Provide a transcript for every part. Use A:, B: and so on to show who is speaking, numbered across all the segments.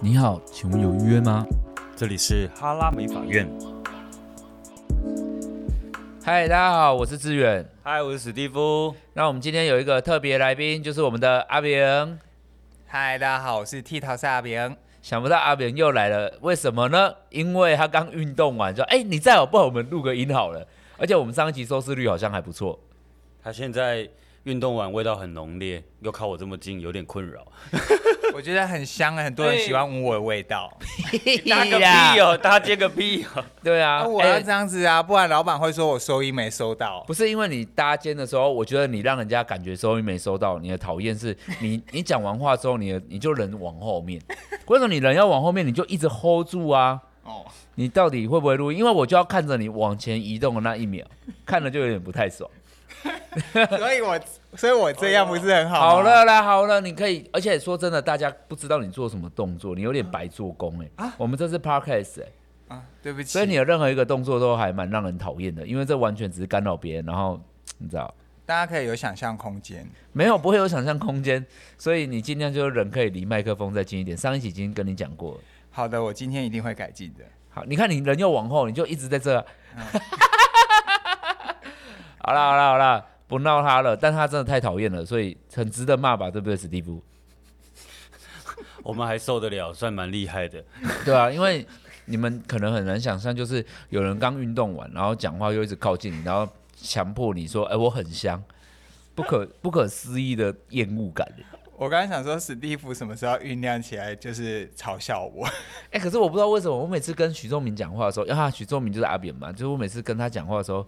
A: 你好，请问有预约吗？
B: 这里是哈拉美法院。
C: 嗨，大家好，我是志远。
B: 嗨，我是史蒂夫。
C: 那我们今天有一个特别来宾，就是我们的阿炳。
D: 嗨，大家好，我是剃头师阿 炳。
C: 想不到阿炳又来了，为什么呢？因为他刚运动完，说：“哎、你再好不好，我们录个音好了。”而且我们上一集收视率好像还不错。
B: 他现在运动完味道很浓烈，又靠我这么近，有点困 扰。
D: 我觉得很香，很多人喜欢闻我的味道。
B: 搭个屁哦，搭接个屁哦。
C: 对啊，
D: 啊，我要
C: 哎
D: 这样子啊，不然老板会说我收音没收到。
C: 不是因为你搭肩的时候，我觉得你让人家感觉收音没收到，你的讨厌是 你你讲完话之后，你的你就人往后面， 为什么你人要往后面，你就一直 hold 住啊？
D: 哦，
C: 你到底会不会录音？因为我就要看着你往前移动的那一秒，看了就有点不太爽。
D: 所以我所以我这样不是很 好吗啊
C: 好了啦，好了，你可以，而且说真的，大家不知道你做什么动作，你有点白做工哎、我们这是 podcast 哎、
D: 啊，对不起。
C: 所以你的任何一个动作都还蛮让人讨厌的，因为这完全只是干扰别人，然后你知道。
D: 大家可以有想象空间。
C: 没有，不会有想象空间，所以你尽量就是人可以离麦克风再近一点。上一集已经跟你讲过了，
D: 好的，我今天一定会改进的。
C: 好，你看你人又往后，你就一直在这。啊 好啦好啦好啦，不闹他了，但他真的太讨厌了，所以很值得骂吧，对不对，史蒂夫？
B: 我们还受得了，算蛮厉害的。
C: 对啊，因为你们可能很难想象，就是有人刚运动完，然后讲话又一直靠近你，然后强迫你说：“哎、我很香。”不可不可思议的厌恶感。
D: 我刚才想说，史蒂夫什么时候酝酿起来，就是嘲笑我。
C: 哎、可是我不知道为什么，我每次跟许仲明讲话的时候，啊，许仲明就是阿扁嘛，就是我每次跟他讲话的时候，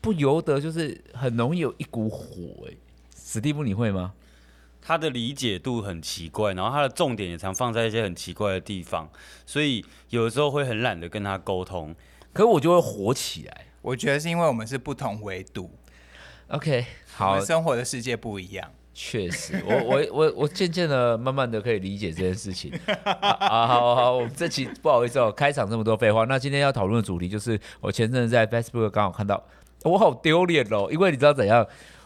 C: 不由得就是很容易有一股火、哎，史蒂夫，你会吗？
B: 他的理解度很奇怪，然后他的重点也常放在一些很奇怪的地方，所以有的时候会很懒得跟他沟通。
C: 可是我就会火起来。
D: 我觉得是因为我们是不同维度，
C: OK，
D: 我
C: 好
D: 们，生活的世界不一样。
C: 确实，我我我我渐渐的、慢慢的可以理解这件事情。啊，啊好好，我们这期不好意思哦，开场这么多废话。那今天要讨论的主题就是，我前阵子在 Facebook 刚好看到，我好丢脸哦，因为你知道怎样？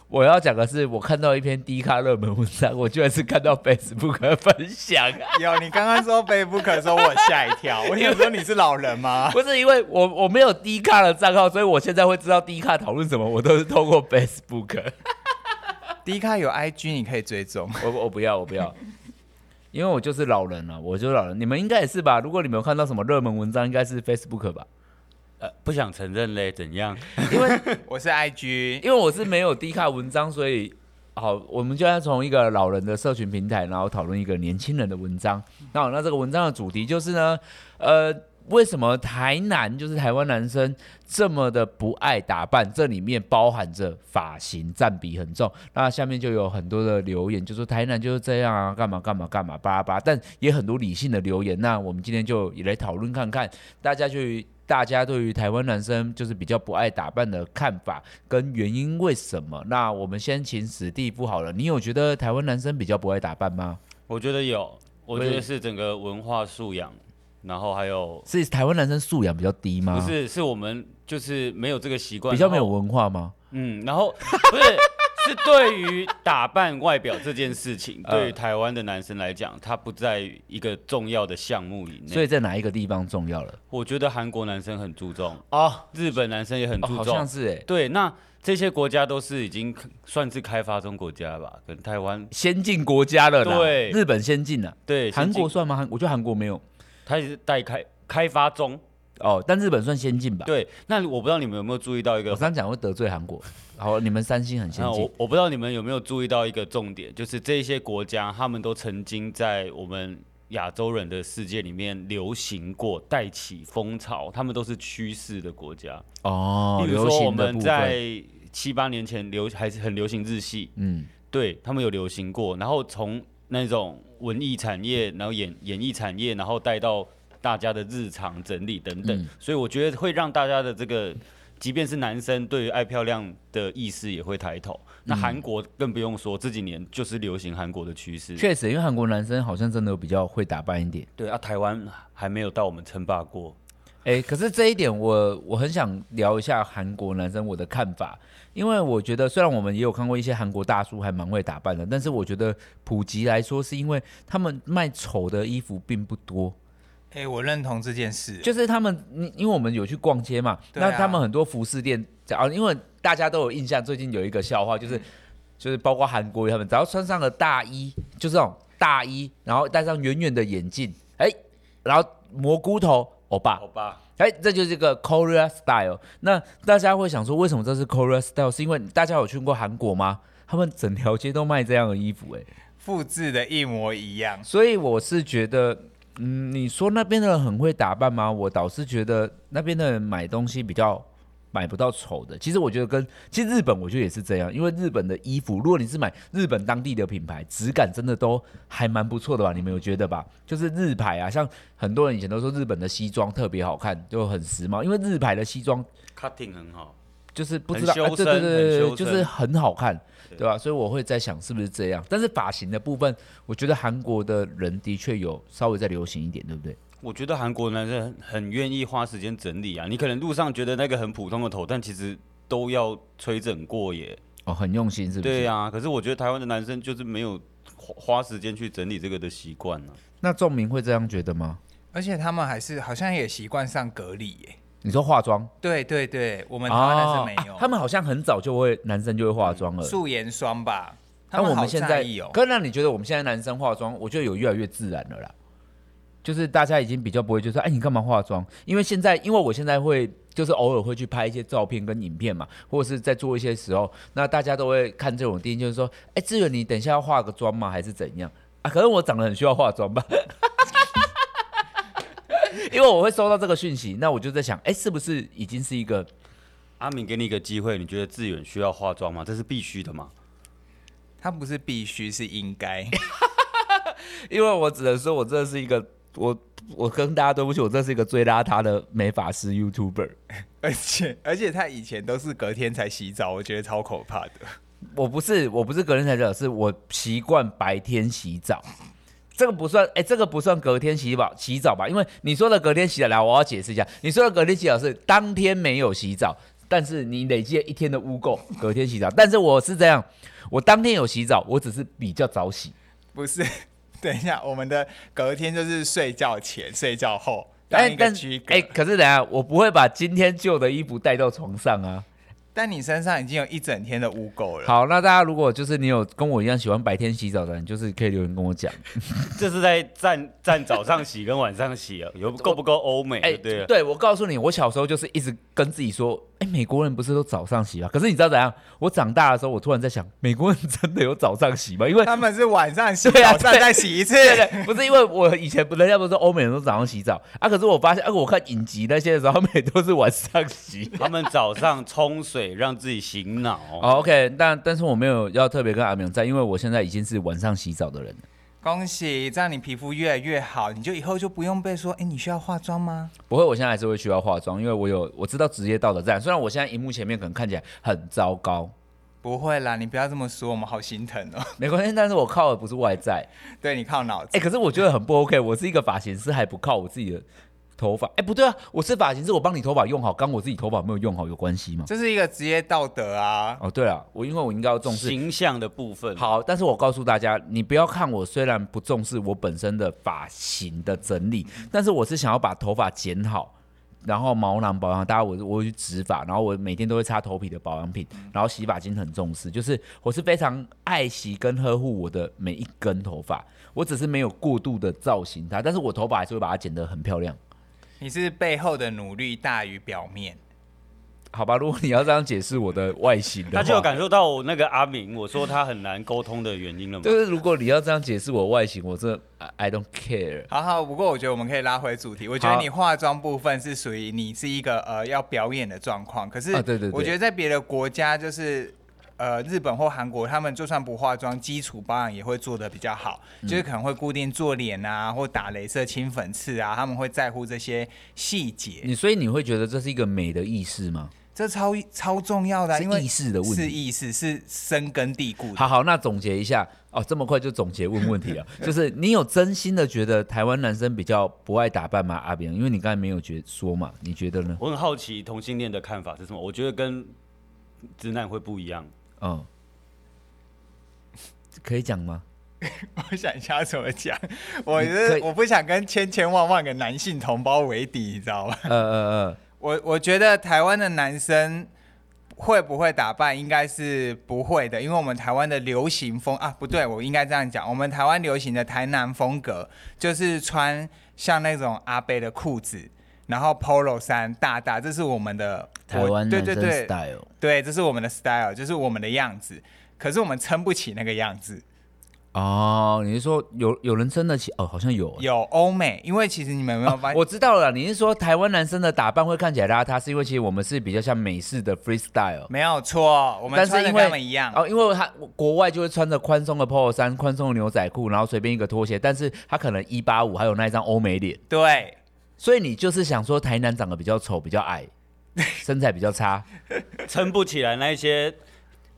C: 我要讲的是，我看到一篇低咖热门文章，我居然是看到 Facebook 的分享啊。
D: 有，你刚刚说 Facebook 的时候，我吓一跳。我想说你是老人 吗？
C: 不是因为我我没有低咖的账号，所以我现在会知道低咖讨论什么，我都是透过 Facebook。
D: 迪卡有 IG，你可以追踪。
C: 我我不要，我不要，因为我就是老人了、我就是老人。你们应该也是吧？如果你们有看到什么热门文章，应该是 Facebook 吧？
B: 呃，不想承认嘞，怎样？
C: 因为
D: 我是 IG，
C: 因为我是没有低卡文章，所以好，我们就要从一个老人的社群平台，然后讨论一个年轻人的文章。那好那这个文章的主题就是呢，呃，为什么台南就是台湾男生这么的不爱打扮？这里面包含着发型占比很重。那下面就有很多的留言，就说台南就是这样啊，干嘛干嘛干嘛巴拉巴拉，但也很多理性的留言。那我们今天就也来讨论看看，大家去。大家对于台湾男生就是比较不爱打扮的看法，跟原因为什么？那我们先请史蒂夫好了，你有觉得台湾男生比较不爱打扮吗？
B: 我觉得有，我觉
C: 不
B: 得
C: 是
B: 是整个文化素养，然后还有
C: 是台湾男生素养比较低吗？
B: 不是是我们就是没有这个习惯，
C: 比较没
B: 然
C: 有
B: 后
C: 文化吗？
B: 嗯，然后不是是对于打扮外表这件事情，
C: 呃
B: 对于台湾的男生来讲，他不在一个重要的项目以
C: 所
B: 内。
C: 以在哪一个地方重要了？
B: 我觉得韩国男生很注重，
C: 哦，
B: 日本男生也很注
C: 好
B: 重。
C: 像是哎、
B: 对，那这些国家都是已经算是开发中国家吧，跟台湾
C: 先进国家了啦，
B: 对
C: 日本先进了，
B: 对
C: 韩
B: 先进
C: 国算吗？韩我觉得韩国没有
B: 它也是待开开发中。
C: 哦，但日本算先进吧？
B: 对，那我不知道你们有没有注意到一
C: 我
B: 个，
C: 这样讲会得罪韩国。好，你们三星很先
B: 那
C: 进
B: 啊我，我不知道你们有没有注意到一个重点，就是这些国家他们都曾经在我们亚洲人的世界里面流行过，带起风潮，他们都是趋势的国家。
C: 哦，
B: 比如
C: 流
B: 说我
C: 行的部
B: 们
C: 分，
B: 在七八年前流还是很流行日系，
C: 嗯，
B: 对他们有流行过，然后从那种文艺产业，然后演演艺产业，然后带到大家的日常整理等等，
C: 嗯
B: 所以我觉得会让大家的这个，即便是男生对于爱漂亮的意识也会抬头。
C: 嗯
B: 那韩国更不用说，这几年就是流行韩国的趋势。
C: 确实，因为韩国男生好像真的比较会打扮一点。
B: 对啊，台湾还没有到我们称霸过，
C: 哎、可是这一点我我很想聊一下韩国男生我的看法，因为我觉得虽然我们也有看过一些韩国大叔还蛮会打扮的，但是我觉得普及来说是因为他们卖丑的衣服并不多，
D: 哎、我认同这件事，
C: 就是他们，你因为我们有去逛街嘛，
D: 对啊
C: 那他们很多服饰店啊，因为大家都有印象，最近有一个笑话
D: 嗯
C: 就是，就是包括韩国瑜他们，只要穿上了大衣，就这种大衣，然后戴上圆圆的眼镜，哎、然后蘑菇头欧巴
B: 好，吧，
C: 哎，这就是一个 Korea style。那大家会想说，为什么这是 Korea style？是因为大家有去过韩国吗？他们整条街都卖这样的衣服、哎，
D: 复制的一模一样。
C: 所以我是觉得，嗯，你说那边的人很会打扮吗？我倒是觉得那边的人买东西比较买不到丑的。其实我觉得跟其实日本，我觉得也是这样，因为日本的衣服，如果你是买日本当地的品牌，质感真的都还蛮不错的吧？你们有觉得吧？就是日牌啊，像很多人以前都说日本的西装特别好看，就很时髦，因为日牌的西装
B: cutting 很好，
C: 就是不知道，
B: 很
C: 啊
B: 修
C: 对对对
B: 身
C: 对
B: 很
C: 对，
B: 修
C: 就
B: 身
C: 是很好看，
B: 对
C: 对吧？所以我会在想是不是这样。但是发型的部分，我觉得韩国的人的确有稍微再流行一点，对不对？
B: 我觉得韩国男生很很愿意花时间整理啊。你可能路上觉得那个很普通的头，但其实都要吹整过耶。
C: 哦，很用心，是不是？
B: 对啊，可是我觉得台湾的男生就是没有花花时间去整理这个的习惯啊呢。
C: 那仲明会这样觉得吗？
D: 而且他们还是好像也习惯上隔离耶。
C: 你说化妆，
D: 对对对，我们台湾男生没有，
C: 啊他们好像很早就会，男生就会化妆了。
D: 素颜霜吧？他
C: 但我
D: 好
C: 们现
D: 在
C: 在
D: 意哦，
C: 可是那你觉得我们现在男生化妆，我觉得有越来越自然了啦。就是大家已经比较不会就说，哎，你干嘛化妆？因为现在，因为我现在会就是偶尔会去拍一些照片跟影片嘛，或者是在做一些时候，那大家都会看这种电影，就是说，哎，志远，你等一下要化个妆吗？还是怎样？啊，可能我长得很需要化妆吧。 因为我会收到这个讯息，那我就在想，哎，是不是已经是一个
B: 阿明给你一个机会，你觉得志远需要化妆吗？这是必须的吗？
D: 他不是必须是应该。
C: 因为我只能说，我这是一个我我跟大家对不起，我这是一个最邋遢的美发师 YouTuber。
D: 而且而且他以前都是隔天才洗澡，我觉得超可怕的。
C: 我不是我不是隔天才洗澡，是我习惯白天洗澡。这个不算，哎、这个不算隔天洗澡洗澡吧？因为你说的隔天洗澡，来，我要解释一下，你说的隔天洗澡是当天没有洗澡，但是你累积了一天的污垢，隔天洗澡。但是我是这样，我当天有洗澡，我只是比较早洗。
D: 不是，等一下，我们的隔天就是睡觉前、睡觉后，当
C: 哎
D: 一，个
C: 但
D: 区隔。
C: 哎、可是等一下我不会把今天旧的衣服带到床上啊。
D: 但你身上已经有一整天的污垢了。
C: 好，那大家如果就是你有跟我一样喜欢白天洗澡的人，就是可以留言跟我讲。
B: 这是在站站早上洗跟晚上洗啊， 有够不够欧美？对不啊对了？
C: 哎对啊我告诉你，我小时候就是一直跟自己说，哎、美国人不是都早上洗吗？可是你知道怎样？我长大的时候，我突然在想，美国人真的有早上洗吗？因 为
D: 他们是晚上洗，
C: 对啊
D: 早上
C: 对
D: 再洗一次。
C: 对对， 不是因为我以前不，人家不是说欧美人都早上洗澡啊，可是我发现，啊，我看影集那些的时候，他们也都是晚上 洗。
B: 他们早上冲水让自己醒脑。
C: 好，OK，但哦但是我没有要特别跟阿明在，因为我现在已经是晚上洗澡的人了。
D: 恭喜，这样你皮肤越来越好，你就以后就不用被说，哎、你需要化妆吗？
C: 不会，我现在还是会需要化妆，因为我有我知道职业道德在。虽然我现在荧幕前面可能看起来很糟糕，
D: 不会啦，你不要这么说，我们好心疼哦。
C: 没关系，但是我靠的不是外在。
D: 对你靠脑子，
C: 哎、可是我觉得很不 OK，我是一个发型师，还不靠我自己的头发。哎、不对啊，我是发型师，我帮你头发用好，刚我自己头发没有用好有关系吗？
D: 这是一个职业道德啊。
C: 哦，对了，我因为我应该要重视。
B: 形象的部分，
C: 好，但是我告诉大家，你不要看我虽然不重视我本身的发型的整理，但是我是想要把头发剪好，然后毛囊保养，大家我我会去植发，然后我每天都会擦头皮的保养品，然后洗发精很重视，就是我是非常爱惜跟呵护我的每一根头发，我只是没有过度的造型它，但是我头发还是会把它剪得很漂亮。
D: 你是背后的努力大于表面。
C: 好吧，如果你要这样解释我的外形的
B: 他
C: 话，
B: 就有感受到我那个阿明，我说他很难沟通的原因了嘛
C: 就。是如果你要这样解释我外形，我真的 I I don't care。
D: 好好，不过我觉得我们可以拉回主题。我觉
C: 好
D: 得你化妆部分是属于你是一个呃要表演的状况，可是
C: 啊对对对
D: 我觉得在别的国家就是。呃，日本或韩国，他们就算不化妆，基础保养也会做得比较好，
C: 嗯
D: 就是可能会固定做脸啊，或打镭射清粉刺啊，他们会在乎这些细节。
C: 你所以你会觉得这是一个美的意识吗？
D: 这超超重要的啊、
C: 是
D: 因为
C: 意识的问
D: 是
C: 题。
D: 意识，是深根蒂固的。
C: 好好，那总结一下哦，这么快就总结问问题了，就是你有真心的觉得台湾男生比较不爱打扮吗？阿扁，因为你刚才没有觉说嘛，你觉得呢？
B: 我很好奇同性恋的看法是什么，我觉得跟直男会不一样。
C: 嗯，可以讲吗？
D: 我想一下要怎么讲，我
C: 你
D: 就
C: 可
D: 是
C: 以
D: 我不想跟千千万万个男性同胞为敌，你知道吗？
C: 呃呃
D: 我我觉得台湾的男生会不会打扮，应该是不会的，因为我们台湾的流行风啊，不
C: 嗯
D: 对，我应该这样讲，我们台湾流行的台南风格就是穿像那种阿贝的裤子，然后 polo 衫、大大，这是我们的
C: 呃，台湾
D: 我对
C: 男
D: 对
C: 生
D: 对
C: style，
D: 对，这是我们的 style，就是我们的样子。可是我们撑不起那个样子。
C: 哦，你是说有有人撑得起？哦，好像有。
D: 有啊欧美，因为其实你们有没有发现，
C: 我知道了，你是说台湾男生的打扮会看起来邋遢，是因为其实我们是比较像美式的 freestyle，
D: 没有错，我们
C: 但是
D: 穿的
C: 因
D: 跟
C: 为
D: 他们一样。
C: 哦，因为他国外就会穿着宽松的 polo 衫、宽松的牛仔裤，然后随便一个拖鞋，但是他可能一八五，还有那一张欧美脸，
D: 对，
C: 所以你就是想说台南长得比较丑、比较矮，身材比较 差，
B: 撑不起来那一些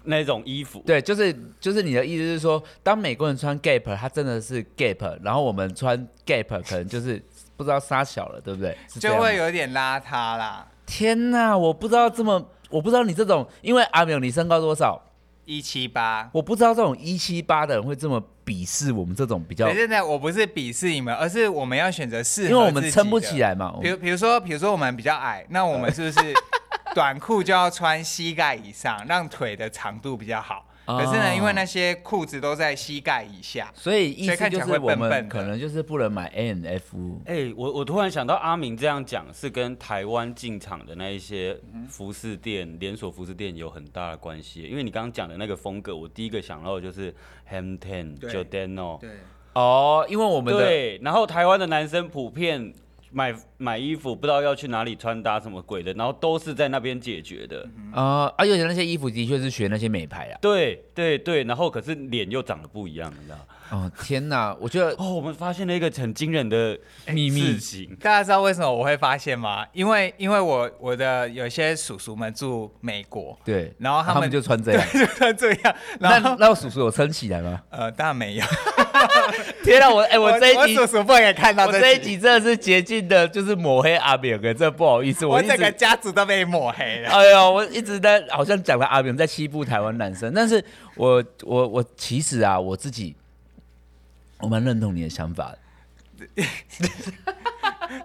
B: 那种衣服。
C: 对，就是就是你的意思是说，当美国人穿 gap，他真的是 gap，然后我们穿 gap 可能就是不知道杀小了，对不对？是这样
D: 就
C: 吗
D: 会有点邋遢啦。
C: 天呐，我不知道这么，我不知道你这种，因为阿淼你身高多少，
D: 一七八，
C: 我不知道这种一七八的人会这么鄙视我们这种比较，
D: 等
C: 因
D: 现在我不是鄙视你们，而是我们要选择适合，
C: 为我们撑不起。来嘛。我
D: 比
C: 们
D: 如，比如说，比如说我们比较矮，那我们是不是短裤就要穿膝盖以上，让腿的长度比较好？可是
C: 哦
D: 呢，因为那些裤子都在膝盖以下，
C: 所以意
D: 所以
C: 思
D: 看起
C: 就
D: 来
C: 是
D: 会
C: 我
D: 笨笨
C: 们
D: 的
C: 可能就是不能买 A N F，
B: 哎、我我突然想到，阿明这样讲是跟台湾进场的那一些服饰店、连锁服饰店有很大的关系。因为你刚刚讲的那个风格，我第一个想到的就是 Hampton、
D: 对
B: Giordano，
D: 对，
C: 哦，因为我们的
B: 对，然后台湾的男生普遍买买衣服，不知道要去哪里穿搭什么鬼的，然后都是在那边解决的。
C: 啊，而且那些衣服的确是学那些美牌啊。
B: 对对对，然后可是脸又长得不一样，你知道？
C: 哦天呐，我觉得
B: 哦，我们发现了一个很惊人的
D: 哎
C: 秘密
B: 事情。
D: 大家知道为什么我会发现吗？因为因为我我的有些叔叔们住美国，
C: 对，
D: 然后他们
C: 啊们就穿这 样。
D: 就穿这样，
C: 那
D: 然后
C: 那我叔叔有撑起来吗？
D: 呃，当然没有。
C: 天呐，我哎，我这一集
D: 我叔叔不能看到
C: 我这
D: 这
C: 一集真的是竭尽的，就是抹黑阿扁哥，真的不好意思，
D: 我
C: 一
D: 整个
C: 直。
D: 家族都被抹黑了。
C: 哎呦，我一直在好像讲了阿扁在欺负台湾男生，但是我我我其实啊，我自己我蛮认同你的想法的。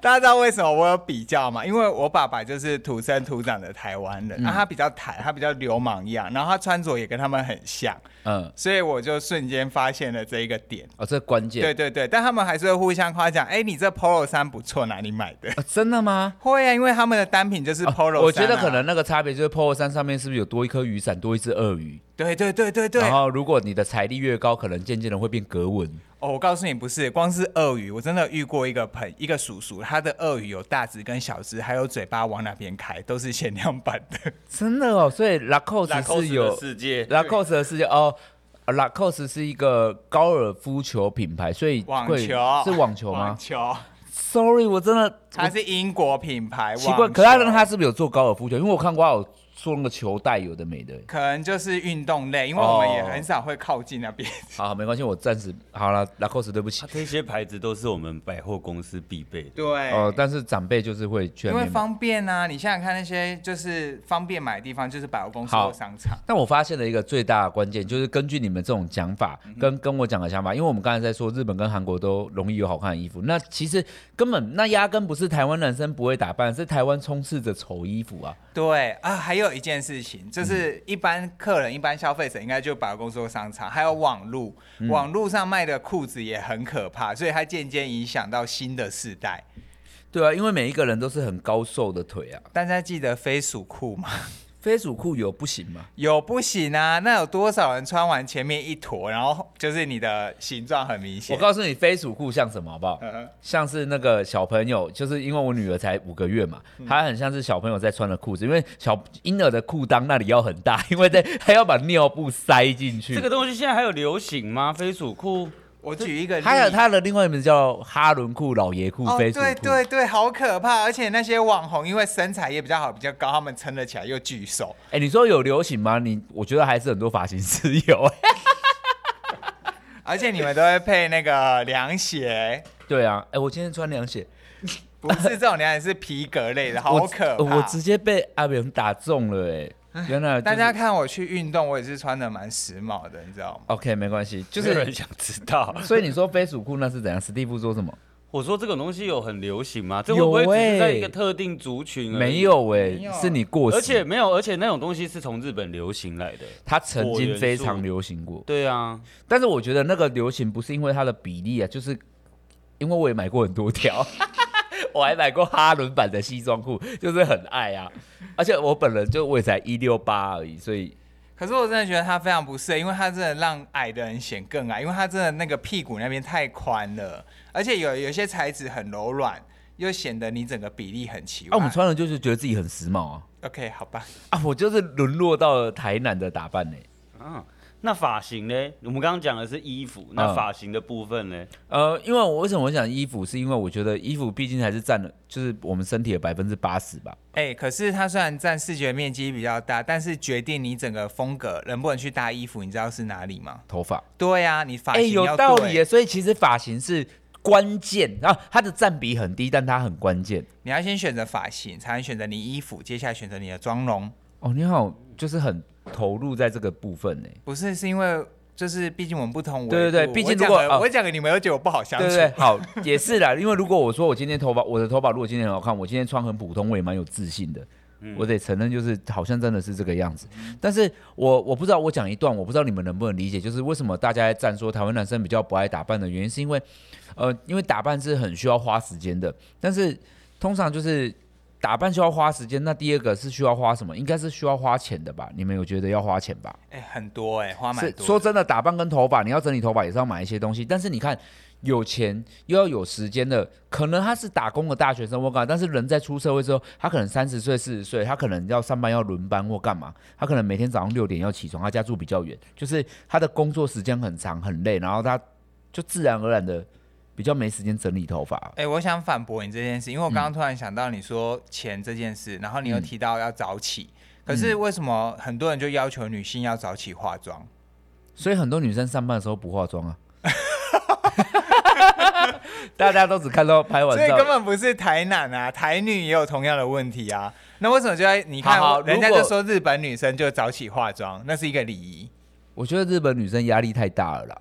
D: 大家知道为什么我有比较吗？因为我爸爸就是土生土长的台湾人，啊那、他比较台，他比较流氓一样，然后他穿着也跟他们很像，
C: 嗯，
D: 所以我就瞬间发现了这一个点。
C: 哦，这关键。
D: 对对对，但他们还是会互相夸奖，哎、你这 polo 衫不错，哪里买的？
C: 哦真的吗？
D: 会啊，因为他们的单品就是
C: 哦
D: polo 衫、啊
C: 我觉得可能那个差别就是 polo 衫上面是不是有多一颗雨伞，多一只鳄鱼？
D: 对对对对对。
C: 然
D: 哦，
C: 后如果你的财力越高，可能渐渐的会变格纹。
D: 我告诉你，不是光是鳄鱼，我真的遇过一个朋一个叔叔，他的鳄鱼有大只跟小只，还有嘴巴往哪边开，都是限量版的。
C: 真的哦，所以 Lacoste
B: Lacoste
C: 是
B: 的
C: 有
B: 世界，
C: Lacoste 的世界哦呃，Lacoste 是一个高尔夫球品牌，所以
D: 网
C: 会
D: 球
C: 是网球吗
D: 网球，
C: ？Sorry，我真的
D: 它是英国品牌。
C: 奇怪，
D: 哎网球
C: 可他跟他是不是有做高尔夫球？因为我看过他有做那个球带，有的没的。
D: 可能就是运动类，因为我们也
C: 哦
D: 很少会靠近那边。
C: 好，没关系，我暂时好了，Lacoste 对不起
B: 啊。这些牌子都是我们百货公司必备的。
D: 对
C: 哦，但是长辈就是会去那
D: 因为
C: 边买。
D: 方便啊，你想想看，那些就是方便买的地方，就是百货公司
C: 好
D: 或商场。
C: 但我发现了一个最大的关键，就是根据你们这种讲法，跟跟我讲的想法，因为我们刚才在说日本跟韩国都容易有好看的衣服，那其实根本那压根不是台湾男生不会打扮，是台湾充斥着丑衣服啊。
D: 对啊，还有一件事情，就是一般客人、一般消费者应该就百货公司或商场，还有网路，
C: 嗯
D: 网路上卖的裤子也很可怕，所以它渐渐影响到新的世代。
C: 对啊，因为每一个人都是很高瘦的腿啊，
D: 大家记得飞鼠裤吗？
C: 飞鼠裤有不行吗？
D: 有不行啊？那有多少人穿完前面一坨，然后就是你的形状很明
C: 我
D: 显？
C: 告诉你，飞鼠裤像什么好不好？
D: 嗯
C: 像是那个小朋友，就是因为我女儿才五个月嘛，她很像是小朋友在穿的裤子，因为小婴儿的裤裆那里要很大，因为在还要把尿布塞进去。
B: 这个东西现在还有流行吗？飞鼠裤
D: 我举一个例，
C: 还有他的另外一个名字叫哈伦库老爷库
D: 哦，
C: 飞鼠
D: 对
C: 库
D: 对对，好可怕！而且那些网红因为身材也比较好，比较高，他们撑得起来又巨瘦。
C: 哎、你说有流行吗？你我觉得还是很多发型师有、
D: 而且你们都会配那个凉鞋，
C: 对啊，哎、我今天穿凉鞋，
D: 不是这种凉鞋，是皮革类的，好
C: 我
D: 可
C: 呃
D: 怕！
C: 我直接被阿炳打中了哎、原来、就是、
D: 大家看我去运动，我也是穿的蛮时髦的，你知道吗？
C: OK 没关系，就
B: 没有人
C: 是
B: 想知道。
C: 所以你说飞鼠裤那是怎样？史蒂夫说什么？
B: 我说这种东西有很流行吗？这会不会
C: 有
B: 只是在
C: 欸
B: 一个特定族群而已？
C: 没有哎、
D: 嗯没有啊
C: 是你过时，
B: 而且没有，而且那种东西是从日本流行来的。
C: 它曾经非常
B: 果
C: 流行过，
B: 对啊，
C: 但是我觉得那个流行不是因为它的比例啊，就是因为我也买过很多条， 我还买过哈伦版的西装裤，就是很爱啊。而且我本人就我也才一六八而已，所以
D: 可是我真的觉得它非常不适合，因为它真的让矮的人显更矮，因为它真的那个屁股那边太宽了，而且有有些材质很柔软，又显得你整个比例很奇
C: 啊，
D: 怪。
C: 我们穿了就是觉得自己很时髦啊
D: OK 好吧？
C: 啊，我就是沦落到了台南的打扮呢、欸
B: 啊，那发型呢？我们刚刚讲的是衣服，那
C: 嗯
B: 发型的部分呢？
C: 呃，因为我为什么我想衣服，是因为我觉得衣服毕竟还是占了，就是我们身体的百分之八十吧。
D: 哎、可是它虽然占视觉面积比较大，但是决定你整个风格能不能去搭衣服，你知道是哪里吗？
C: 头发，
D: 对呀、你发
C: 哎、
D: 型要
C: 有道
D: 对
C: 理耶。所以其实发型是关键，然后它的占比很低，但它很关键。
D: 你要先选择发型，才能选择你衣服，接下来选择你的妆容。
C: 哦，你好，就是很投入在这个部分呢。
D: 不是，是因为就是毕竟我们不同维度。
C: 对对对
D: 我
C: 毕竟
D: 讲
C: 如果
D: 了
C: 呃
D: 我讲给你们，又觉得我不好相
C: 对
D: 处。
C: 不对？好，也是啦。因为如果我说我今天头发，我的头发如果今天很好看，我今天穿很普通，我也蛮有自信的。我得承认，就是好像真的是这个样子。但是我我不知道，我讲一段，我不知道你们能不能理解，就是为什么大家在赞说台湾男生比较不爱打扮的原因，是因为呃，因为打扮是很需要花时间的，但是通常就是。打扮需要花时间，那第二个是需要花什么？应该是需要花钱的吧？你们有觉得要花钱吧？
D: 哎、很多哎、花蛮
C: 是
D: 多。
C: 说真的，打扮跟头发，你要整理头发也是要买一些东西。但是你看，有钱又要有时间的，可能他是打工的大学生或干嘛，但是人在出社会之后，他可能三十岁、四十岁，他可能要上班要轮班或干嘛，他可能每天早上六点要起床，他家住比较远，就是他的工作时间很长很累，然后他就自然而然的比较没时间整理头发。
D: 哎、我想反驳你这件事，因为我刚刚突然想到你说钱这件事，然后你又
C: 嗯
D: 提到要早起，可是为什么很多人就要求女性要早起化妆？
C: 所以很多女生上班的时候不化 妆啊。大家都只看到拍完
D: 所以
C: 照
D: 根，本不是台南啊，台女也有同样的问题啊。那为什么就在你看，
C: 好好
D: 人家
C: 如果
D: 就说日本女生就早起化妆，那是一个礼仪。
C: 我觉得日本女生压力太大了啦。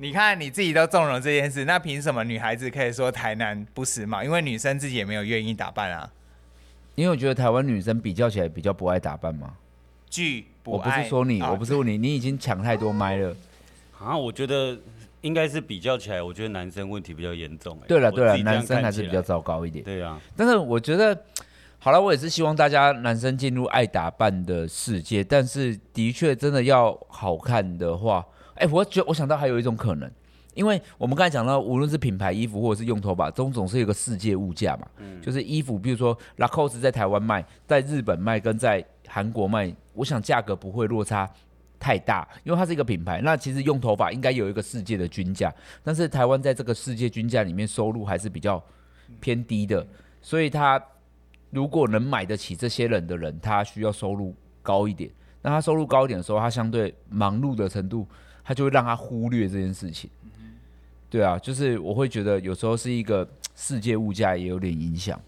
D: 你看你自己都纵容这件事，那凭什么女孩子可以说台南不时髦？因为女生自己也没有愿意打扮啊。
C: 因为我觉得台湾女生比较起来比较不爱打扮嘛。
D: 剧不
C: 我不是
D: 爱
C: 说你，
D: 啊
C: 我不是问你，你已经抢太多麦了。
B: 啊，我觉得应该是比较起来，我觉得男生问题比较严重、欸。
C: 对了
B: 我
C: 对了
B: 自，己这样
C: 男生
B: 看
C: 还
B: 起
C: 是比
B: 来
C: 较糟糕一点。
B: 对啊，
C: 但是我觉得，好了，我也是希望大家男生进入爱打扮的世界，但是的确真的要好看的话，哎、我觉我想到还有一种可能。因为我们刚才讲到，无论是品牌衣服或者是用头发，都总是有个世界物价嘛。就是衣服，比如说 Lacoste 在台湾卖，在日本卖跟在韩国卖，我想价格不会落差太大，因为它是一个品牌。那其实用头发应该有一个世界的均价，但是台湾在这个世界均价里面收入还是比较偏低的，所以他如果能买得起这些人的人，他需要收入高一点。那他收入高一点的时候，他相对忙碌的程度，他就会让他忽略这件事情。对啊，就是我会觉得有时候是一个世界物价也有点影响。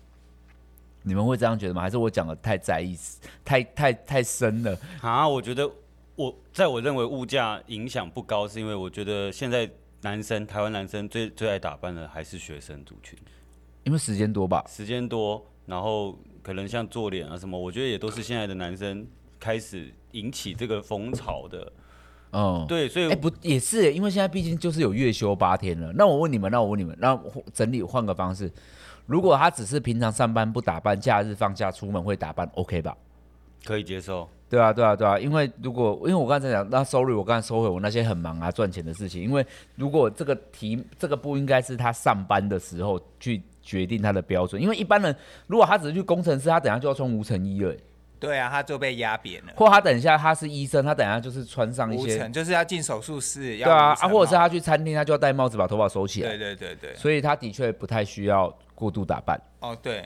C: 你们会这样觉得吗？还是我讲的太在意、太太太深了？
B: 啊，我觉得我在我认为物价影响不高，是因为我觉得现在男生台湾男生最最爱打扮的还是学生族群，
C: 因为时间多吧？
B: 时间多，然后可能像做脸啊什么，我觉得也都是现在的男生开始引起这个风潮的。
C: 嗯，
B: 对，所以、
C: 哎、不也是耶，因为现在毕竟就是有月休八天了。那我问你们，那我问你们，那我整理换个方式，如果他只是平常上班不打扮，假日放假出门会打扮，OK 吧？
B: 可以接受。
C: 对啊，对啊，对啊，因为如果因为我刚才讲，那 sorry，我刚才收回我那些很忙啊赚钱的事情，因为如果这个题这个不应该是他上班的时候去决定他的标准，因为一般人如果他只是去工程师，他等下就要穿无尘衣了耶，
D: 对啊，他就被压扁了，
C: 或他等一下他是医生，他等一下就是穿上一
D: 无
C: 些
D: 尘，就是要进手术室，
C: 对啊
D: 要无尘
C: 啊，或者是
D: 帽
C: 他去餐厅，他就要戴帽子把头发收起来
D: 对，对对对，
C: 所以他的确不太需要过度打扮。
D: 哦对，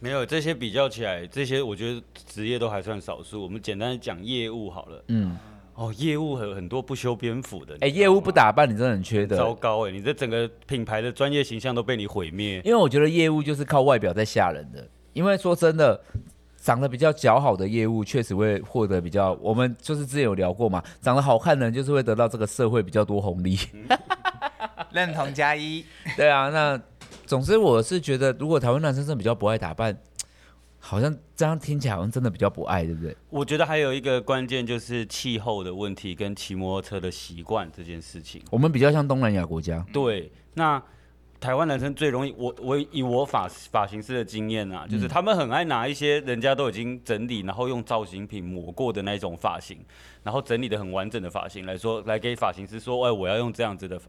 B: 没有这些比较起来，这些我觉得职业都还算少数。我们简单地讲业务好了，
C: 嗯，
B: 哦，业务很很多不修边幅的，
C: 哎、
B: 你知道
C: 业务
B: 吗
C: 不打扮你真的很缺
B: 糟
C: 德，
B: 糕哎、你这整个品牌的专业形象都被你毁灭。
C: 因为我觉得业务就是靠外表在吓人的。因为说真的，长得比较姣好的业务确实会获得比较，我们就是之前有聊过嘛，长得好看的人就是会得到这个社会比较多红 利。
D: 认同加一，
C: 对啊，那总之我是觉得，如果台湾男生真的比较不爱打扮，好像这样听起来好像真的比较不爱，对不对？
B: 我觉得还有一个关键就是气候的问题跟骑摩托车的习惯这件事情。
C: 我们比较像东南亚国家，
B: 对，那台湾男生最容易，我我以我发发型师的经验啊，就是他们很爱拿一些人家都已经整理，然后用造型品抹过的那一种发型，然后整理的很完整的发型来说，来给发型师说，哎，我要用这样子的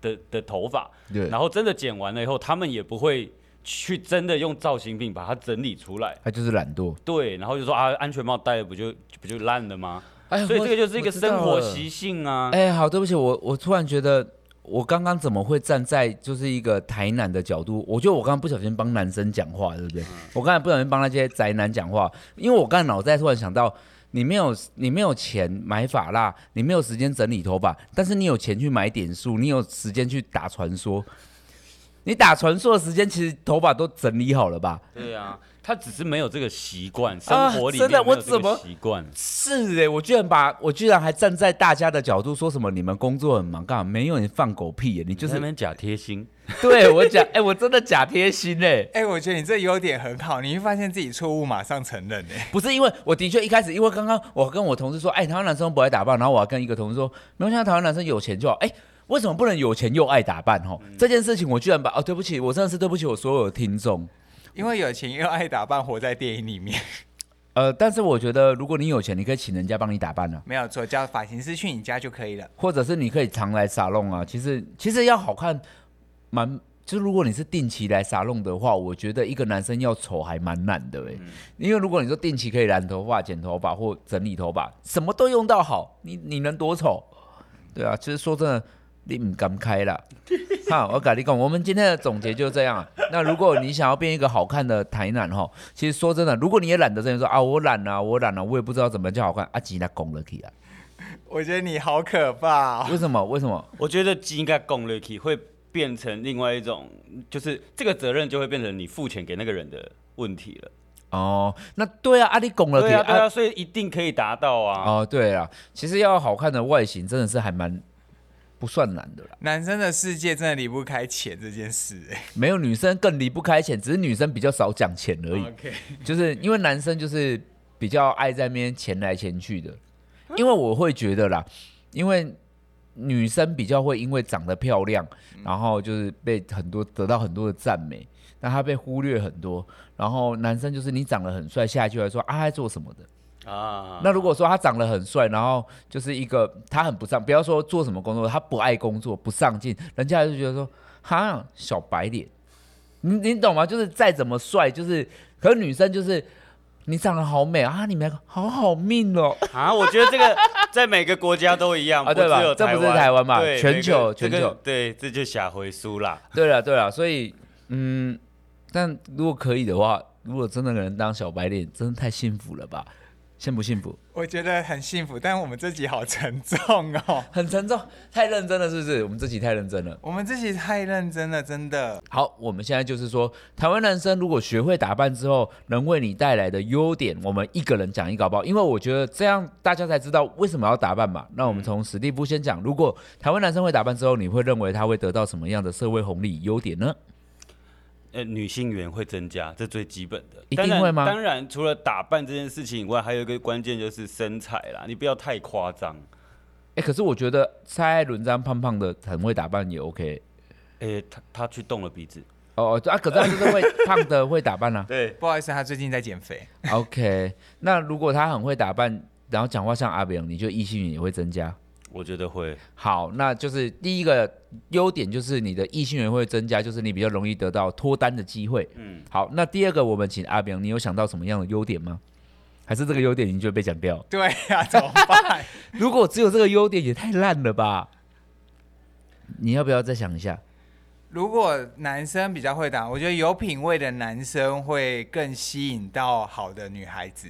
B: 的的头发，
C: 对
B: 然后真的剪完了以后，他们也不会去真的用造型品把它整理出来。
C: 他就是懒惰。
B: 对，然后就说啊，安全帽戴了不就不就烂了吗？
C: 哎
B: 所以这个就是一个生活习
C: 惯。
B: 性啊。
C: 哎，好，对不起，我我突然觉得。我刚刚怎么会站在就是一个台南的角度？我觉得我刚刚不小心帮男生讲话，对不对？
B: 嗯
C: 我刚才不小心帮那些宅男讲话，因为我刚才脑袋突然想到，你没有你没有钱买发蜡，你没有时间整理头发，但是你有钱去买点数，你有时间去打传说。你打传说的时间，其实头发都整理好了吧？
B: 对啊，他只是没有这个习惯，生
C: 啊
B: 活里面
C: 真的
B: 没有
C: 我
B: 这
C: 怎
B: 个
C: 么
B: 习惯。
C: 是哎、我居然把我居然还站在大家的角度说什么你们工作很忙干嘛？没有你放狗屁耶、欸你就
B: 就是是那边假贴心，
C: 对我讲，哎、我真的假贴心哎、
D: 哎、我觉得你这优点很好，你会发现自己错误马上承认哎、
C: 不是因为我的确一开始，因为刚刚我跟我同事说，哎、台湾男生不爱打扮，然后我还跟一个同事说，没有想到台湾男生有钱就好，哎、为什么不能有钱又爱打扮？吼，这件事情我居然把哦，对不起，我真的是对不起我所有的听众。
D: 因为有钱又爱打扮，活在电影里面，
C: 呃，但是我觉得如果你有钱，你可以请人家帮你打扮啊，
D: 没有错，叫发型师去你家就可以了。
C: 或者是你可以常来沙龙啊。其实其实要好看，蛮就如果你是定期来沙龙的话，我觉得一个男生要丑还蛮难的哎、因为如果你说定期可以染头发、剪头发或整理头发，什么都用到好，你你能多丑？对啊，其实说真的，你唔敢开啦。好，我跟你讲，我们今天的总结就这样啊。那如果你想要变一个好看的台南哈，其实说真的，如果你也懒得这样说啊，我懒啊，我懒啊，我也不知道怎么叫好看，啊，吉那拱了去啊？
D: 我觉得你好可怕、哦，
C: 为什么？为什么？
B: 我觉得应该共 l u 会变成另外一种，就是这个责任就会变成你付钱给那个人的问题了。
C: 哦，那对啊，啊你拱了去
B: 对啊，对啊，所以一定可以达到啊。
C: 哦，对啊，其实要好看的外形真的是还蛮不算难的啦。
D: 男生的世界真的离不开钱这件事哎、
C: 没有女生更离不开钱，只是女生比较少讲钱而
B: 哦
C: 已。
D: OK，
C: 就是因为男生就是比较爱在那边钱来钱去的，因为我会觉得啦，因为女生比较会因为长得漂亮，
B: 嗯
C: 然后就是被很多得到很多的赞美，但她被忽略很多。然后男生就是你长得很帅，下一句来说啊他在做什么的。
B: 啊，
C: 那如果说他长得很帅，然后就是一个他很不上，不要说做什么工作，他不爱工作，不上进，人家就觉得说，哈，小白脸，你你懂吗？就是再怎么帅，就是，可是女生就是，你长得好美啊，你们好好命哦，
B: 啊，我觉得这个在每个国家都一样
C: 啊对吧
B: 只有
C: 这不是
B: 台
C: 台湾嘛
B: 对
C: 全
B: 每个
C: 球
B: 这个
C: 全球
B: 对，这就下回书啦。
C: 对了对了，所以嗯，但如果可以的话，如果真的能当小白脸，真的太幸福了吧？幸不幸福？
D: 我觉得很幸福，但我们这集好沉重哦，
C: 很沉重，太认真了，是不是？我们这集太认真了。
D: 我们这集太认真了，真的。
C: 好，我们现在就是说，台湾男生如果学会打扮之后，能为你带来的优点，我们一个人讲一个好不好？因为我觉得这样大家才知道为什么要打扮嘛。那我们从史蒂夫先讲，如果台湾男生会打扮之后，你会认为他会得到什么样的社会红利优点呢？
B: 呃，女性缘会增加，这最基本的。
C: 一
B: 当
C: 定
B: 然
C: 会吗
B: 当然，除了打扮这件事情以外，还有一个关键就是身材啦，你不要太夸张。
C: 哎，可是我觉得蔡艾伦这样胖胖的，很会打扮也 OK。
B: 诶、他他去动了鼻子。
C: 哦哦啊，可是他就是会胖的会打 扮啊。
B: 对，
D: 不好意思，他最近在减肥。
C: OK，那如果他很会打扮，然后讲话像阿炳，你就异性缘也会增加。
B: 我觉得会。
C: 好，那就是第一个优点就是你的异性缘会增加，就是你比较容易得到脱单的机会。
B: 嗯，
C: 好，那第二个我们请阿炳，你有想到什么样的优点吗？还是这个优点你就被讲掉？
D: 对呀、怎么办？
C: 如果只有这个优点，也太烂了吧？你要不要再想一下？
D: 如果男生比较会打，我觉得有品味的男生会更吸引到好的女孩子，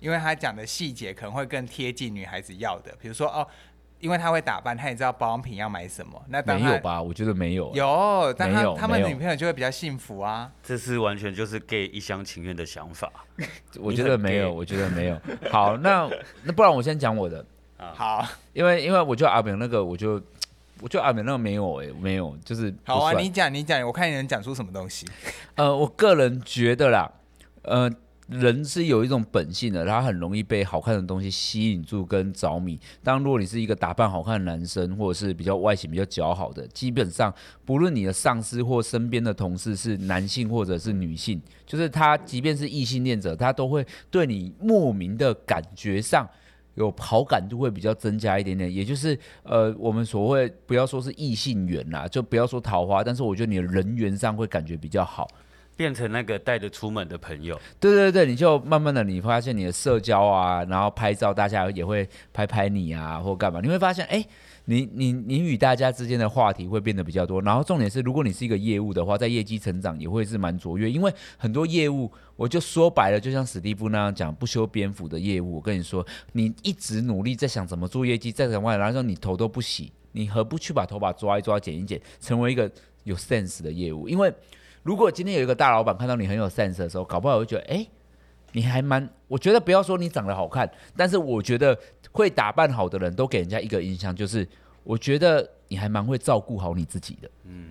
D: 因为他讲的细节可能会更贴近女孩子要的。比如说哦，因为他会打扮，他也知道保养品要买什么。那当
C: 没
D: 然
C: 有？吧？我觉得没有。啊
D: 有，但
C: 没
D: 他
C: 有
D: 他们
C: 没有
D: 女朋友就会比较幸福啊。
B: 这是完全就是 gay 一厢情愿的想法。
C: 我觉得没有，我觉得没有。好，那那不然我先讲我的，
D: 好，
C: 因为因为我觉得阿炳那个，我就我觉得阿炳那个没有诶、没有，就是不
D: 好啊，
C: 算
D: 你讲，你讲，我看你能讲出什么东西。
C: 呃，我个人觉得啦，呃，人是有一种本性的，他很容易被好看的东西吸引住跟着迷。当如果你是一个打扮好看的男生，或者是比较外形比较姣好的，基本上不论你的上司或身边的同事是男性或者是女性，就是他即便是异性恋者，他都会对你莫名的感觉上。有好感度会比较增加一点点，也就是呃，我们所谓不要说是异性缘啦，就不要说桃花，但是我觉得你的人缘上会感觉比较好。
B: 变成那个带着出门的朋友，
C: 对对对，你就慢慢的，你发现你的社交啊，然后拍照，大家也会拍拍你啊，或干嘛，你会发现，哎，你你你与大家之间的话题会变得比较多。然后重点是，如果你是一个业务的话，在业绩成长也会是蛮卓越，因为很多业务，我就说白了，就像史蒂夫那样讲，不修边幅的业务，我跟你说，你一直努力在想怎么做业绩，在怎么，然后你头都不洗，你何不去把头发抓一抓、剪一剪，成为一个有 sense 的业务？因为如果今天有一个大老板看到你很有 sense 的时候，搞不好会觉得，哎、你还蛮……我觉得不要说你长得好看，但是我觉得会打扮好的人都给人家一个印象，就是我觉得你还蛮会照顾好你自己的，
B: 嗯，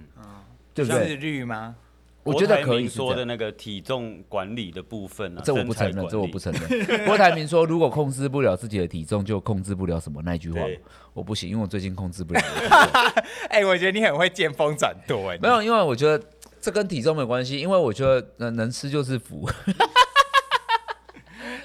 C: 对不
D: 自
C: 对？
D: 律吗？
C: 我觉得
B: 郭台
C: 可以
B: 铭
C: 是这
B: 说的
C: 样。
B: 那个体重管理的部分啊，
C: 这我不承
B: 身材
C: 认，
B: 管
C: 这我不
B: 理
C: 承认。 郭台铭说：“如果控制不了自己的体重，就控制不了什么。”那句话
B: 对
C: 我不行，因为我最近控制不了。
D: 哎、我觉得你很会见风转舵哎。
C: 没有，因为我觉得这跟体重没有关系，因为我觉得能能吃就是福。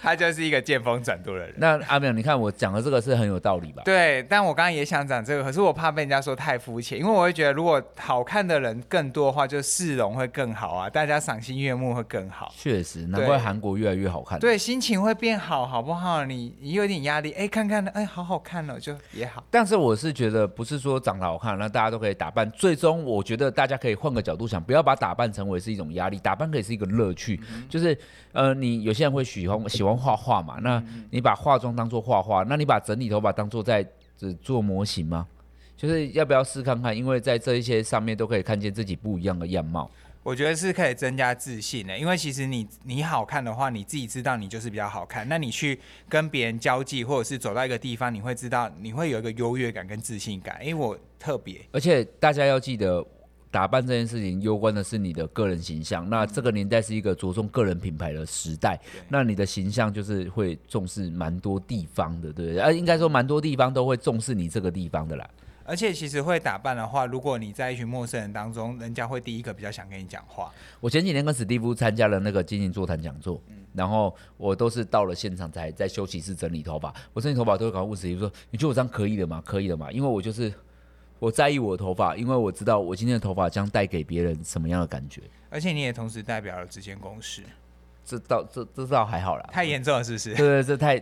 D: 他就是一个见风转舵的人。
C: 那阿淼，你看我讲的这个是很有道理吧？
D: 对，但我刚刚也想讲这个，可是我怕被人家说太肤浅，因为我会觉得如果好看的人更多的话，就市容会更好啊，大家赏心悦目会更好。
C: 确实，难
D: 对
C: 怪韩国越来越好看。
D: 对，心情会变好，好不好？你你有点压力，哎，看看，哎，好好看哦，就也好。
C: 但是我是觉得，不是说长得好看，那大家都可以打扮。最终，我觉得大家可以换个角度想，不要把打扮成为是一种压力，打扮可以是一个乐趣。就是，呃，你有些人会喜欢喜欢画画嘛，那你把化妆当做画画，那你把整理头发当做在、呃、做模型吗？就是要不要试看看？因为在这一些上面都可以看见自己不一样的样貌。
D: 我觉得是可以增加自信的，因为其实你你好看的话，你自己知道你就是比较好看，那你去跟别人交际，或者是走到一个地方，你会知道你会有一个优越感跟自信感，哎，我特别。
C: 而且大家要记得，打扮这件事情攸关的是你的个人形象。那这个年代是一个着重个人品牌的时代，那你的形象就是会重视蛮多地方的，对不对？啊，应该说蛮多地方都会重视你这个地方的啦。
D: 而且其实会打扮的话，如果你在一群陌生人当中，人家会第一个比较想跟你讲话。
C: 我前几天跟史蒂夫参加了那个经营座谈讲座，然后我都是到了现场才在休息室整理头发。我整理头发都会赶快问史蒂夫说：“你觉得我这样可以的吗？可以的吗？”因为我就是我在意我的头发，因为我知道我今天的头发将带给别人什么样的感觉。
D: 而且你也同时代表了之间公司，
C: 这倒这这倒还好啦，
D: 太严重了是不是？
C: 对对，这太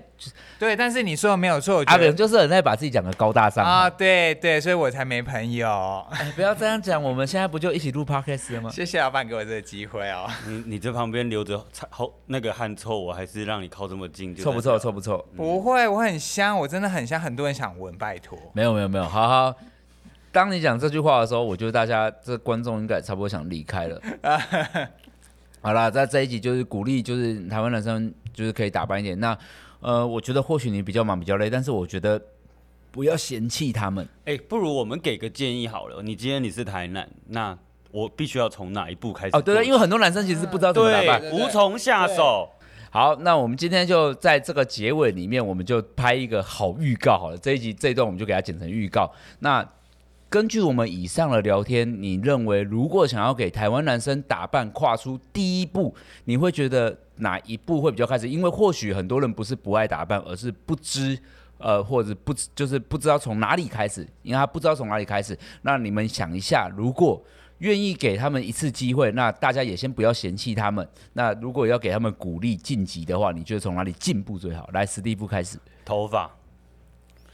D: 对，但是你说的没有错，我觉
C: 阿炳
D: 得
C: 就是很爱把自己讲的高大上
D: 啊，
C: 啊！
D: 对对，所以我才没朋友。
C: 哎不要这样讲，我们现在不就一起录 podcast 了吗？
D: 谢谢老板给我这个机会哦。
B: 你你这旁边留着菜后那个汗臭，我还是让你靠这啊么近，就
C: 臭不
B: 在
C: 臭？臭不臭？
D: 不会，我很香，我真的很香，很多人想闻，拜托。
C: 没有没有没有，好好。当你讲这句话的时候，我觉得大家这观众应该差不多想离开 了。好啦，在这一集就是鼓励，就是台湾男生就是可以打扮一点。那呃，我觉得或许你比较忙比较累，但是我觉得不要嫌弃他们。
B: 哎、不如我们给个建议好了。你今天你是台南，那我必须要从哪一步开始做？
C: 哦，对对，因为很多男生其实不知道怎么打扮。
B: 对，无从下手。
C: 好，那我们今天就在这个结尾里面，我们就拍一个好预告好了。这一集这一段我们就给它剪成预告。那根据我们以上的聊天，你认为如果想要给台湾男生打扮跨出第一步，你会觉得哪一步会比较开始？因为或许很多人不是不爱打扮，而是不知。呃，或者不知就是不知道从哪里开始，因为他不知道从哪里开始。那你们想一下，如果愿意给他们一次机会，那大家也先不要嫌弃他们。那如果要给他们鼓励晋级的话，你觉得从哪里进步最好？来，史蒂夫开始。
B: 头发，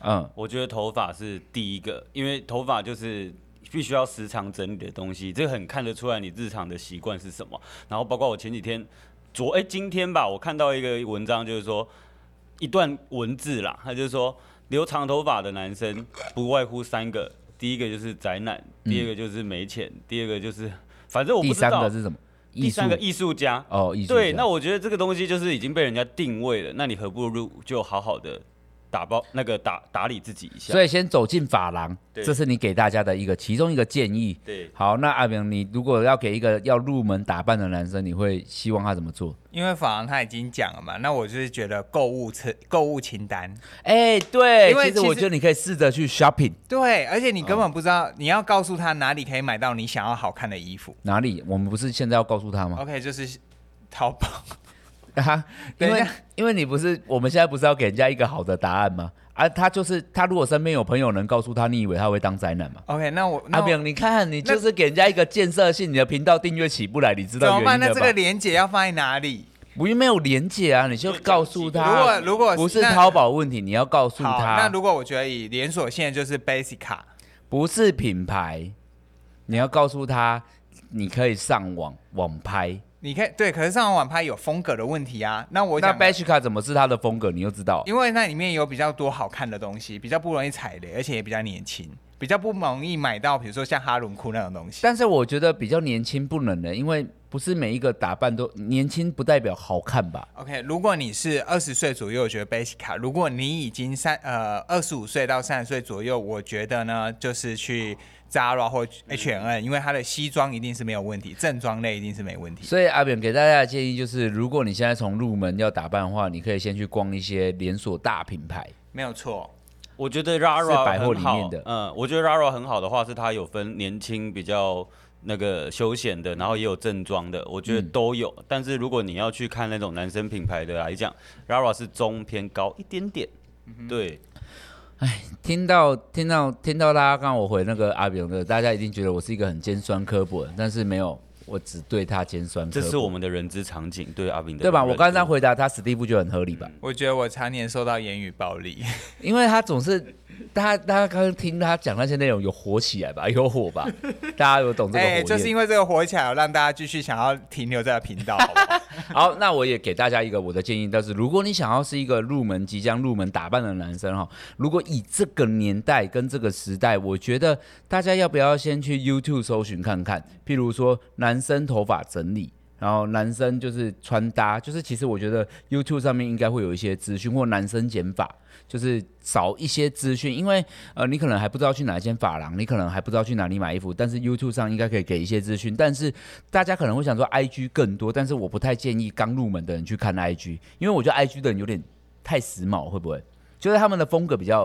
C: 嗯，
B: 我觉得头发是第一个，因为头发就是必须要时常整理的东西，这个很看得出来你日常的习惯是什么。然后包括我前几天，昨哎、今天吧，我看到一个文章，就是说一段文字啦，他就说留长头发的男生不外乎三个，第一个就是宅男，第二个就是没钱，第二个就是反正我
C: 第
B: 不知
C: 三
B: 道
C: 个，是什么？
B: 第三个
C: 艺术
B: 艺术家，
C: 哦，艺术
B: 对，
C: 家
B: 那我觉得这个东西就是已经被人家定位了，那你何不如就好好的打包那个打打理自己一下。
C: 所以先走进法廊，
B: 对
C: 这是你给大家的一个其中一个建议。
B: 对，
C: 好，那阿明，你如果要给一个要入门打扮的男生，你会希望他怎么做？
D: 因为法郎他已经讲了嘛，那我就是觉得购物车购物清单，
C: 哎、对，
D: 因为
C: 其实
D: 其
C: 我
D: 实
C: 觉得你可以试着去 shopping
D: 对，而且你根本不知道，你要告诉他哪里可以买到你想要好看的衣服。
C: 哪里？我们不是现在要告诉他吗？
D: OK，就是淘宝，
C: 啊，因
D: 等一
C: 为
D: 下
C: 因为你不是我们现在不是要给人家一个好的答案吗？啊，他就是他，如果身边有朋友能告诉他，你以为他会当宅男吗？
D: OK，那我那
C: 阿
D: 我
C: 明，你看，你就是给人家一个建设性，你的频道订阅起不来，你知
D: 怎
C: 道
D: 么
C: 原
D: 办？
C: 因
D: 那
C: 了
D: 这个
C: 吧？
D: 连接要放在哪里？
C: 不没有连接啊，你就告诉
B: 啊
D: 如
C: 他
D: 果，如果
C: 不是
D: 那
C: 淘宝问题，你要告诉
D: 好，那
C: 他，
D: 如果我觉得以连锁线就是 Basica，
C: 不是品牌，你要告诉他，你可以上网网拍。
D: 你可以对，可是上网拍有风格的问题啊。那我
C: 那
D: 讲
C: b a s h i k a 怎么是他的风格，你就知道。
D: 因为那里面有比较多好看的东西，比较不容易踩雷，而且也比较年轻，比较不容易买到，比如说像哈伦裤那种东西。
C: 但是我觉得比较年轻不能的，因为不是每一个打扮都年轻，不代表好看吧？
D: OK，如果你是二十岁左右，我觉得 Basica；如果你已经三呃二十五岁到三十岁左右，我觉得呢，就是去 Zara 或 H&M，、因为它的西装一定是没有问题，正装类一定是没问题。
C: 所以阿扁给大家的建议就是，如果你现在从入门要打扮的话，你可以先去逛一些连锁大品牌。
D: 没有错，
B: 我觉得
C: 是
B: Rara
C: 百货里
B: 很好
C: 面的
B: 嗯，我觉得 Rara 很好的话是它有分年轻比较那个休闲的，然后也有正装的，我觉得都有。
C: 嗯
B: 但是如果你要去看那种男生品牌的啊来讲，Rara 是中偏高一点点。
C: 嗯
B: 对，
C: 听到听到听到大家刚刚我回那个阿扁的，大家一定觉得我是一个很尖酸刻薄的，但是没有，我只对他尖酸刻
B: 这
C: 薄。
B: 是我们的人之常情，对阿炳的
C: 对吧？
B: 认
C: 我刚
B: 知
C: 刚回答他，史蒂夫就很合理吧？
D: 我觉得我常年受到言语暴力。
C: 因为他总是，大家大家刚刚听他讲那些内容有火起来吧，有火 吧？大家有懂这个火
D: 哎、
C: 焰？
D: 就是因为这个火起来，让大家继续想要停留这个 频道，好不好？
C: 好，那我也给大家一个我的建议，但是如果你想要是一个入门、即将入门打扮的男生哈，如果以这个年代跟这个时代，我觉得大家要不要先去 YouTube 搜寻看看，譬如说男生头发整理。然后男生就是穿搭，就是其实我觉得 YouTube 上面应该会有一些资讯，或男生剪发，就是找一些资讯，因为呃你可能还不知道去哪一间发廊，你可能还不知道去哪里买衣服，但是 YouTube 上应该可以给一些资讯。但是大家可能会想说 IG 更多，但是我不太建议刚入门的人去看 IG，因为我觉得 IG 的人有点太时髦，会不会？就是他们的风格比较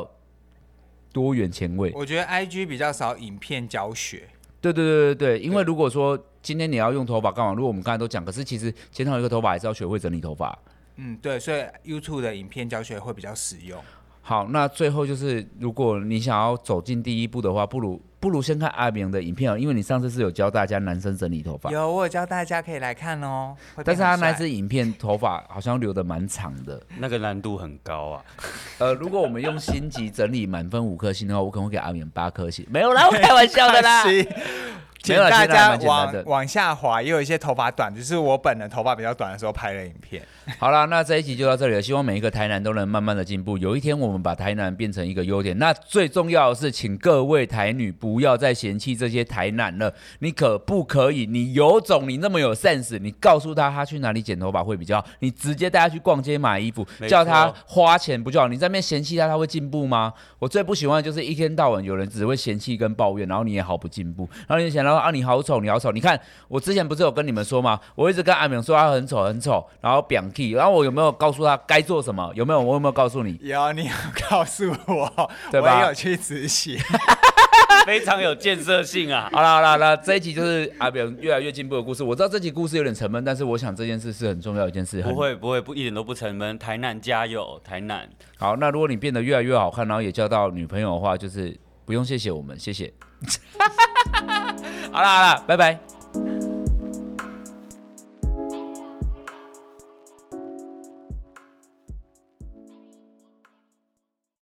C: 多元前卫。
D: 我觉得 IG 比较少影片教学，
C: 对对对对对，因为如果说今天你要用头发干嘛？如果我们刚才都讲，可是其实剪好一个头发还是要学会整理头发。
D: 嗯，对，所以 YouTube 的影片教学会比较实用。
C: 好，那最后就是，如果你想要走进第一步的话，不如不如先看阿明的影片哦，因为你上次是有教大家男生整理头发，
D: 有，我有教大家可以来看哦。会
C: 但
D: 变
C: 是他
D: 很帅
C: 那支影片头发好像留的蛮长 的。
B: 那个难度很高啊。
C: 呃，如果我们用星级整理满分五颗星的话，我可能会给阿明八颗星。没有啦，我开玩笑的啦。
D: 是请
C: 没有啦
D: 大
C: 其实还
D: 家
C: 蛮简单的
D: 往往下滑，也有一些头发短，就是我本人头发比较短的时候拍的影片。
C: 好啦，那这一集就到这里了。希望每一个台南都能慢慢的进步。有一天我们把台南变成一个优点。那最重要的是，请各位台女不要再嫌弃这些台南了。你可不可以？你有种，你那么有 sense，你告诉他他去哪里剪头发会比较好。你直接带他去逛街买衣服，
B: 没错
C: 叫他花钱不就好？你在那边嫌弃他，他会进步吗？我最不喜欢的就是一天到晚有人只会嫌弃跟抱怨，然后你也毫不进步，然后你就想到啊你好丑，你好丑。你看我之前不是有跟你们说吗？我一直跟阿明说他很丑很丑，然后表 key，然后我有没有告诉他该做什么？有没有？我有没有告诉你？
D: 有，你有告诉我，
C: 对
D: 我
C: 吧
D: 也有去执行。
B: 非常有建设性啊！
C: 好啦好啦，那这一集就是阿表越来越进步的故事。我知道这集故事有点沉闷，但是我想这件事是很重要的一件事。很
B: 不会不会不一点都不沉闷，台南加油，台南
C: 好，那如果你 变得越来越好看，然后也交到女朋友的话，就是不用谢谢我们，谢谢。好啦好啦，拜拜。